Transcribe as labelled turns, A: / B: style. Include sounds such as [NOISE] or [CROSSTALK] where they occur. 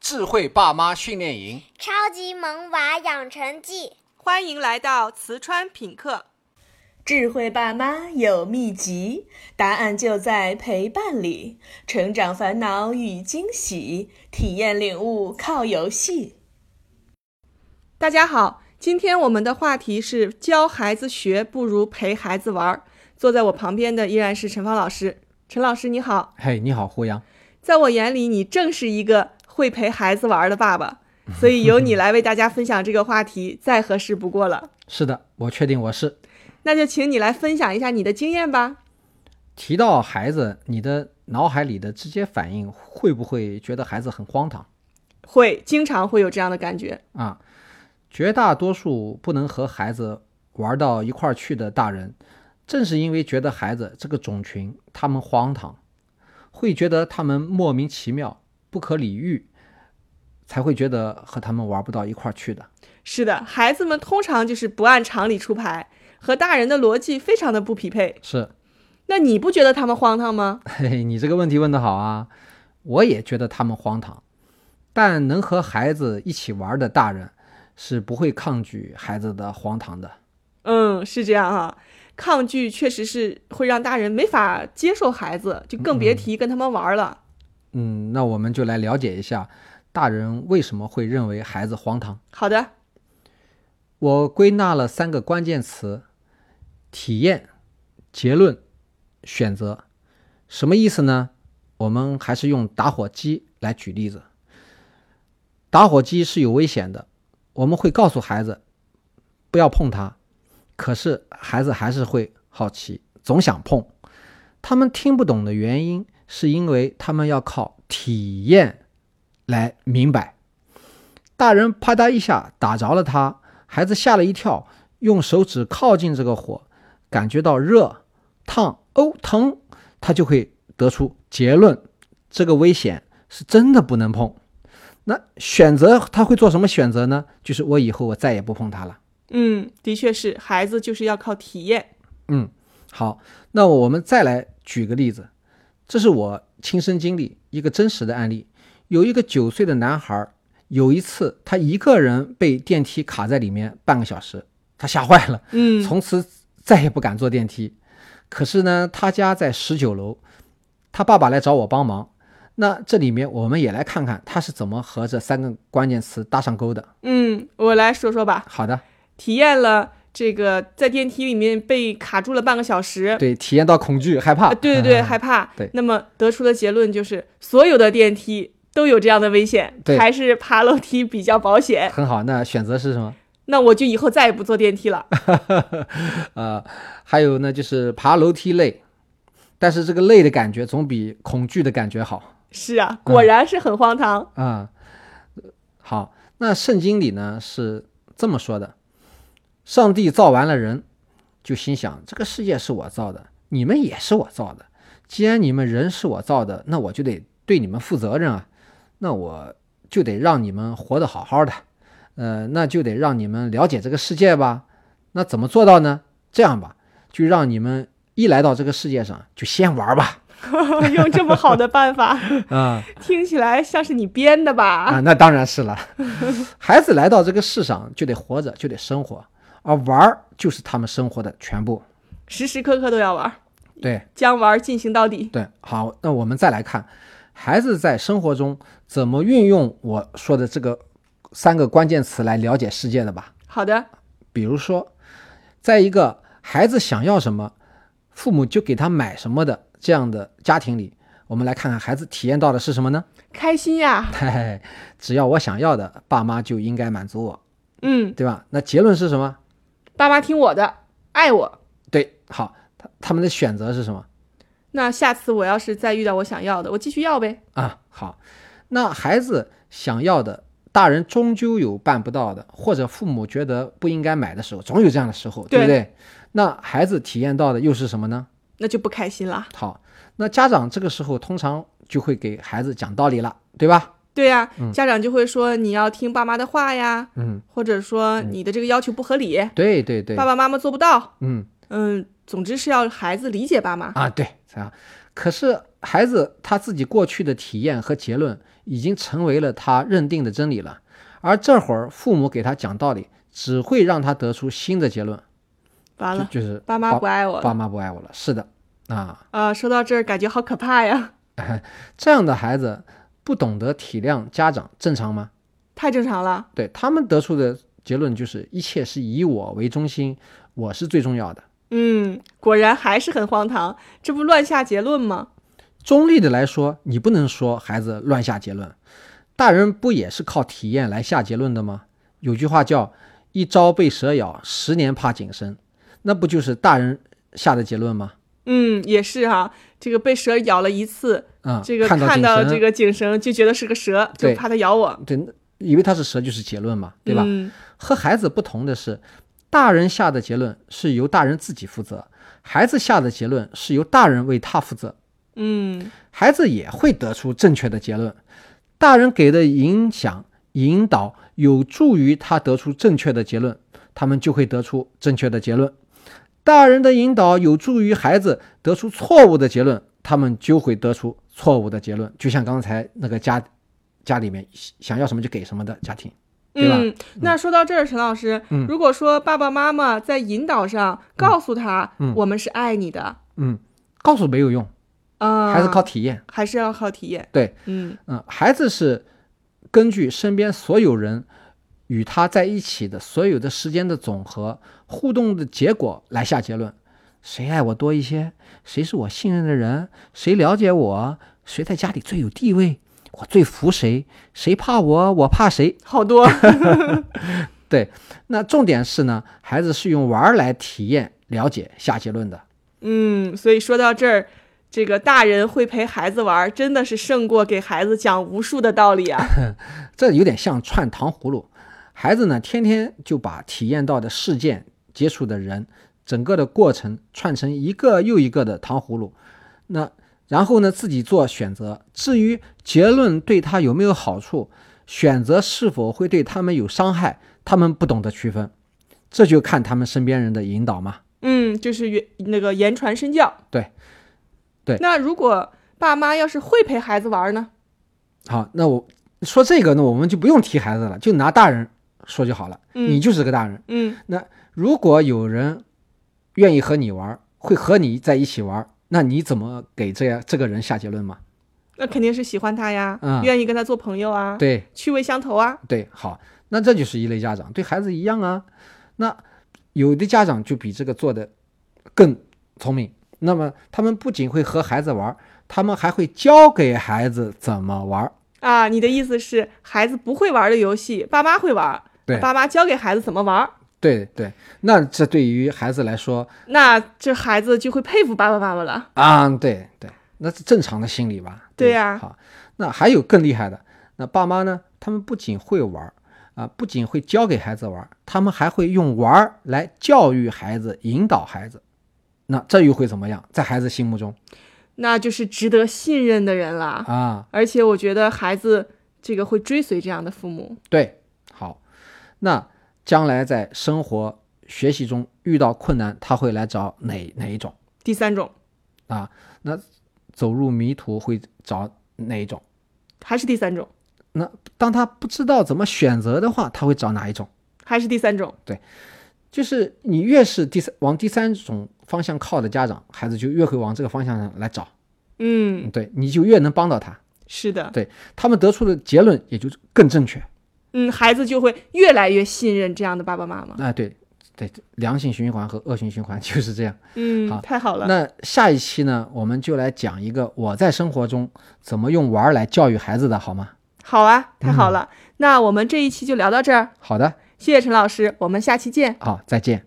A: 智慧爸妈训练营。
B: 超级萌娃养成记，
C: 欢迎来到瓷川品客。
D: 智慧爸妈有秘籍，答案就在陪伴里。成长烦恼与惊喜，体验领悟靠游戏。
C: 大家好，今天我们的话题是教孩子学不如陪孩子玩儿。坐在我旁边的依然是陈芳老师。陈老师你好，
E: 嘿、你好，胡杨。
C: 在我眼里你正是一个会陪孩子玩儿的爸爸，所以由你来为大家分享这个话题，再合适不过 [LAUGHS] 了。
E: 是的，我确定我是。
C: 那就请你来分享一下你的经验吧。
E: 提到孩子，你的脑海里的直接反应会不会觉得孩子很荒唐
C: 会经常会有这样的感觉，
E: 啊？绝大多数不能和孩子玩到一块儿去的大人，正是因为觉得孩子这个种群他们荒唐，会觉得他们莫名其妙、不可理喻，才会觉得和他们玩不到一块儿去的。
C: 是的，孩子们通常就是不按常理出牌，和大人的逻辑非常的不匹配。
E: 是，
C: 那你不觉得他们荒唐吗？
E: 嘿嘿， [LAUGHS] 你这个问题问得好啊！我也觉得他们荒唐，但能和孩子一起玩的大人是不会抗拒孩子的荒唐的。
C: 嗯，是这样啊。抗拒确实是会让大人没法接受孩子，就更别提跟他们玩了。
E: 嗯，那我们就来了解一下，大人为什么会认为孩子荒唐。
C: 好的，
E: 我归纳了三个关键词：体验、结论、选择。什么意思呢？我们还是用打火机来举例子。打火机是有危险的，我们会告诉孩子不要碰它，可是孩子还是会好奇，总想碰。他们听不懂的原因，是因为他们要靠体验来明白。大人啪嗒一下打着了他，孩子吓了一跳，用手指靠近这个火，感觉到热、烫、哦疼，他就会得出结论：这个危险是真的不能碰。那选择他会做什么选择呢？就是我以后我再也不碰它了。
C: 嗯，的确是，孩子就是要靠体验。
E: 嗯，好，那我们再来举个例子，这是我亲身经历一个真实的案例。有一个九岁的男孩儿，有一次他一个人被电梯卡在里面半个小时，他吓坏了，
C: 嗯，
E: 从此再也不敢坐电梯。可是呢，他家在十九楼，他爸爸来找我帮忙。那这里面我们也来看看他是怎么和这三个关键词搭上钩的。
C: 嗯，我来说说吧，
E: 好的，
C: 体验了这个在电梯里面被卡住了半个小时，
E: 对，体验到恐惧、害怕，嗯
C: 啊，对对对，害怕。
E: 对
C: 那么得出的结论就是，所有的电梯都有这样的危险，
E: 对
C: 还是爬楼梯比较保险。
E: 很好。那选择是什么？
C: 那我就以后再也不坐
E: [LAUGHS]
C: 电梯了。
E: 呃，还有呢，就是爬楼梯累，但是这个累的感觉总比恐惧的感觉好
C: 是啊，
E: 嗯
C: 果然是很荒唐。 [LAUGHS]
E: 啊、好，那圣经里呢是这么说的：上帝造完了人，就心想这个世界是我造的，你们也是我造的。既然你们人是我造的，那我就得对你们负责任啊，那我就得让你们活得好好的，呃，那就得让你们了解这个世界吧。那怎么做到呢？这样吧，就让你们一来到这个世界上就先玩吧。
C: 用这么好的办法，
E: 啊、
C: 听起来像是你编的吧？
E: 啊，那当然是了。孩子来到这个世上就得活着，就得生活，而玩儿就是他们生活的全部。
C: 时时刻刻都要玩，
E: 对
C: 将玩进行到底。
E: 对，好，那我们再来看，孩子在生活中怎么运用我说的这个三个关键词来了解世界的吧。
C: 好的，
E: 比如说，在一个孩子想要什么，父母就给他买什么的这样的家庭里，我们来看看孩子体验到的是什么呢？
C: 开心呀。
E: 嘿嘿，只要我想要的，爸妈就应该满足我，
C: 嗯，
E: 对吧？那结论是什么？
C: 爸妈听我的，爱我。
E: 对，好，他他们的选择是什么
C: 那下次我要是再遇到我想要的，我继续要呗。
E: 啊？好，那孩子想要的，大人终究有办不到的，或者父母觉得不应该买的时候，总有这样的时候，对不
C: 对
E: 对？那孩子体验到的又是什么呢？
C: 那就不开心了。
E: 好，那家长这个时候通常就会给孩子讲道理了，对吧？
C: 对呀、家长就会说你要听爸妈的话呀，
E: 嗯，
C: 或者说你的这个要求不合理，
E: 对对对
C: 爸，爸妈妈做不到。
E: 嗯
C: 嗯，总之是要孩子理解爸妈。
E: 啊，对啊。可是孩子他自己过去的体验和结论已经成为了他认定的真理了，而这会儿父母给他讲道理，只会让他得出新的结论，
C: 完
E: 就
C: 了，
E: 就是
C: 爸妈不爱我
E: 爸
C: 了
E: 妈不爱我了。是的，啊，
C: 啊！说到这儿，感觉好可怕呀，
E: 这样的孩子不懂得体谅家长，正常吗？
C: 太正常了。
E: 对他们得出的结论就是一切是以我为中心，我是最重要的。
C: 嗯，果然还是很荒唐，这不乱下结论吗？
E: 中立的来说，你不能说孩子乱下结论，大人不也是靠体验来下结论的吗？有句话叫“一朝被蛇咬，十年怕井绳”，那不就是大人下的结论吗？
C: 嗯，也是哈、这个被蛇咬了一次，
E: 啊、
C: 这个
E: 看到
C: 看
E: 井
C: 到
E: 绳，
C: 这个井绳就觉得是个蛇，就
E: 对
C: 怕它咬我，
E: 对，以为它是蛇就是结论嘛，对吧？
C: 嗯
E: 和孩子不同的是，大人下的结论是由大人自己负责，孩子下的结论是由大人为他负责。
C: 嗯，
E: 孩子也会得出正确的结论，大人给的影响引导有助于他得出正确的结论，他们就会得出正确的结论。大人的引导有助于孩子得出错误的结论，他们就会得出错误的结论。就像刚才那个家家里面想要什么就给什么的家庭，对吧
C: 嗯，那说到这儿，陈老师，
E: 嗯
C: 如果说爸爸妈妈在引导上告诉他，
E: 嗯
C: 我们是爱你的，
E: 嗯，告诉没有用，
C: 啊、
E: 还是靠体验。
C: 还是要靠体验，
E: 对，
C: 嗯
E: 嗯，孩子是根据身边所有人与他在一起的所有的时间的总和、互动的结果来下结论。谁爱我多一些？谁是我信任的人？谁了解我？谁在家里最有地位？我最服谁？谁怕我？我怕谁？
C: 好多， [LAUGHS]
E: 那重点是呢，孩子是用玩儿来体验、了解、下结论的。
C: 嗯，所以说到这儿，这个大人会陪孩子玩儿，真的是胜过给孩子讲无数的道理啊。
E: 这有点像串糖葫芦。孩子呢，天天就把体验到的事件、接触的人、整个的过程串成一个又一个的糖葫芦。那然后呢，自己做选择。至于结论对他有没有好处，选择是否会对他们有伤害，他们不懂得区分，这就看他们身边人的引导嘛。
C: 嗯，就是原那个言传身教。
E: 对，对
C: 那如果爸妈要是会陪孩子玩儿呢？
E: 好，那我说这个呢，我们就不用提孩子了，就拿大人说就好了。
C: 嗯
E: 你就是个大人，
C: 嗯
E: 如果有人愿意和你玩，会和你在一起玩，那你怎么给这样这个人下结论嘛？
C: 那肯定是喜欢他呀，
E: 嗯
C: 愿意跟他做朋友啊，，
E: 对
C: 趣味相投啊。
E: 对，好，那这就是一类家长对孩子一样啊。那有的家长就比这个做的更聪明，那么他们不仅会和孩子玩，他们还会教给孩子怎么玩。
C: 啊，你的意思是孩子不会玩儿的游戏，爸妈会玩儿，
E: 对
C: 爸妈教给孩子怎么玩儿，
E: 对对，那这对于孩子来说
C: 那这孩子就会佩服爸爸妈妈了。
E: 啊，对对，那是正常的心理吧？
C: 对呀
E: 好，那还有更厉害的，那爸妈呢？他们不仅会玩儿啊、不仅会教给孩子玩儿，他们还会用玩儿来教育孩子、引导孩子。那这又会怎么样？在孩子心目中
C: 那就是值得信任的人了。
E: 啊，
C: 而且我觉得孩子这个会追随这样的父母。
E: 对，好，那将来在生活、学习中遇到困难，他会来找哪哪一种？啊
C: 第三种
E: 走入迷途会找哪一种？
C: 还是第三种，
E: 当他不知道怎么选择的话，他会找哪一种？
C: 还是第三种。
E: 就是你越是第三往第三种方向靠的家长，孩子就越会往这个方向上来找，
C: 嗯，
E: 嗯对，你就越能帮到他，
C: 是的，
E: 他们得出的结论也就更正确。
C: 嗯，孩子就会越来越信任这样的爸爸妈妈。
E: 啊，对对，良性循环和恶性循环 [LAUGHS] 就是这样。好
C: 嗯，太好了。
E: 那下一期呢，我们就来讲一个我在生活中怎么用玩儿来教育孩子的，好吗？
C: 好啊，太
E: 嗯
C: 好了。那我们这一期就聊到这儿，
E: 好的，
C: 谢谢陈老师，我们下期见。
E: 好，再见。